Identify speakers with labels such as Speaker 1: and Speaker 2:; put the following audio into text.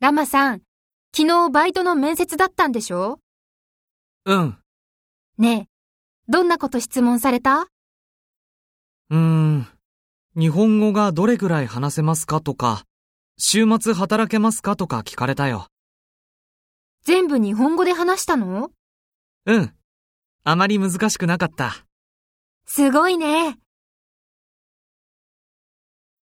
Speaker 1: ラマさん、昨日バイトの面接だったんでしょ
Speaker 2: うん。
Speaker 1: ねえ、どんなこと質問された
Speaker 2: うーん。日本語がどれぐらい話せますかとか、週末働けますかとか聞かれたよ。
Speaker 1: 全部日本語で話したの
Speaker 2: うん。あまり難しくなかった。
Speaker 1: すごいね。